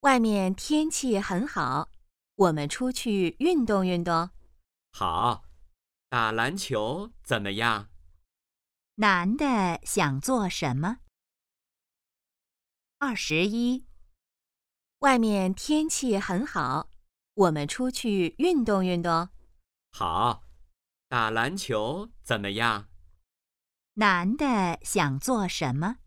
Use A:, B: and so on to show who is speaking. A: 外面天气很好，我们出去运动运动。
B: 好，打篮球怎么样？
A: 男的想做什么？二十一，外面天气很好，我们出去运动运动。
B: 好，打篮球怎么样？
A: 男的想做什么？